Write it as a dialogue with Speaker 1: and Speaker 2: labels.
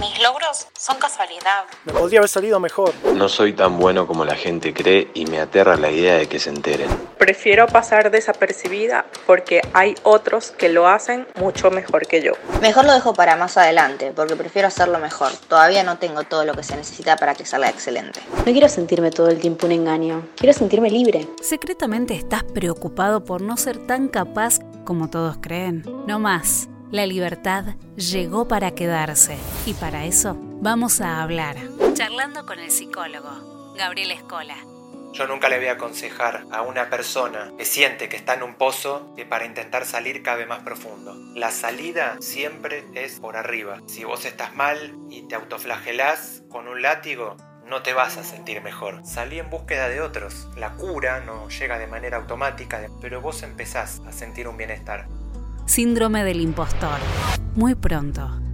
Speaker 1: Mis logros son casualidad.
Speaker 2: Me podría haber salido mejor.
Speaker 3: No soy tan bueno como la gente cree y me aterra la idea de que se enteren.
Speaker 4: Prefiero pasar desapercibida porque hay otros que lo hacen mucho mejor que yo.
Speaker 5: Mejor lo dejo para más adelante, porque prefiero hacerlo mejor. Todavía no tengo todo lo que se necesita para que salga excelente.
Speaker 6: No quiero sentirme todo el tiempo un engaño, quiero sentirme libre.
Speaker 7: Secretamente estás preocupado por no ser tan capaz como todos creen. No más. La libertad llegó para quedarse y para eso vamos a hablar. Charlando con el psicólogo, Gabriel Escola.
Speaker 8: Yo nunca le voy a aconsejar a una persona que siente que está en un pozo que para intentar salir cabe más profundo. La salida siempre es por arriba. Si vos estás mal y te autoflagelás con un látigo, no te vas a sentir mejor. Salí en búsqueda de otros. La cura no llega de manera automática, pero vos empezás a sentir un bienestar.
Speaker 7: Síndrome del impostor. Muy pronto.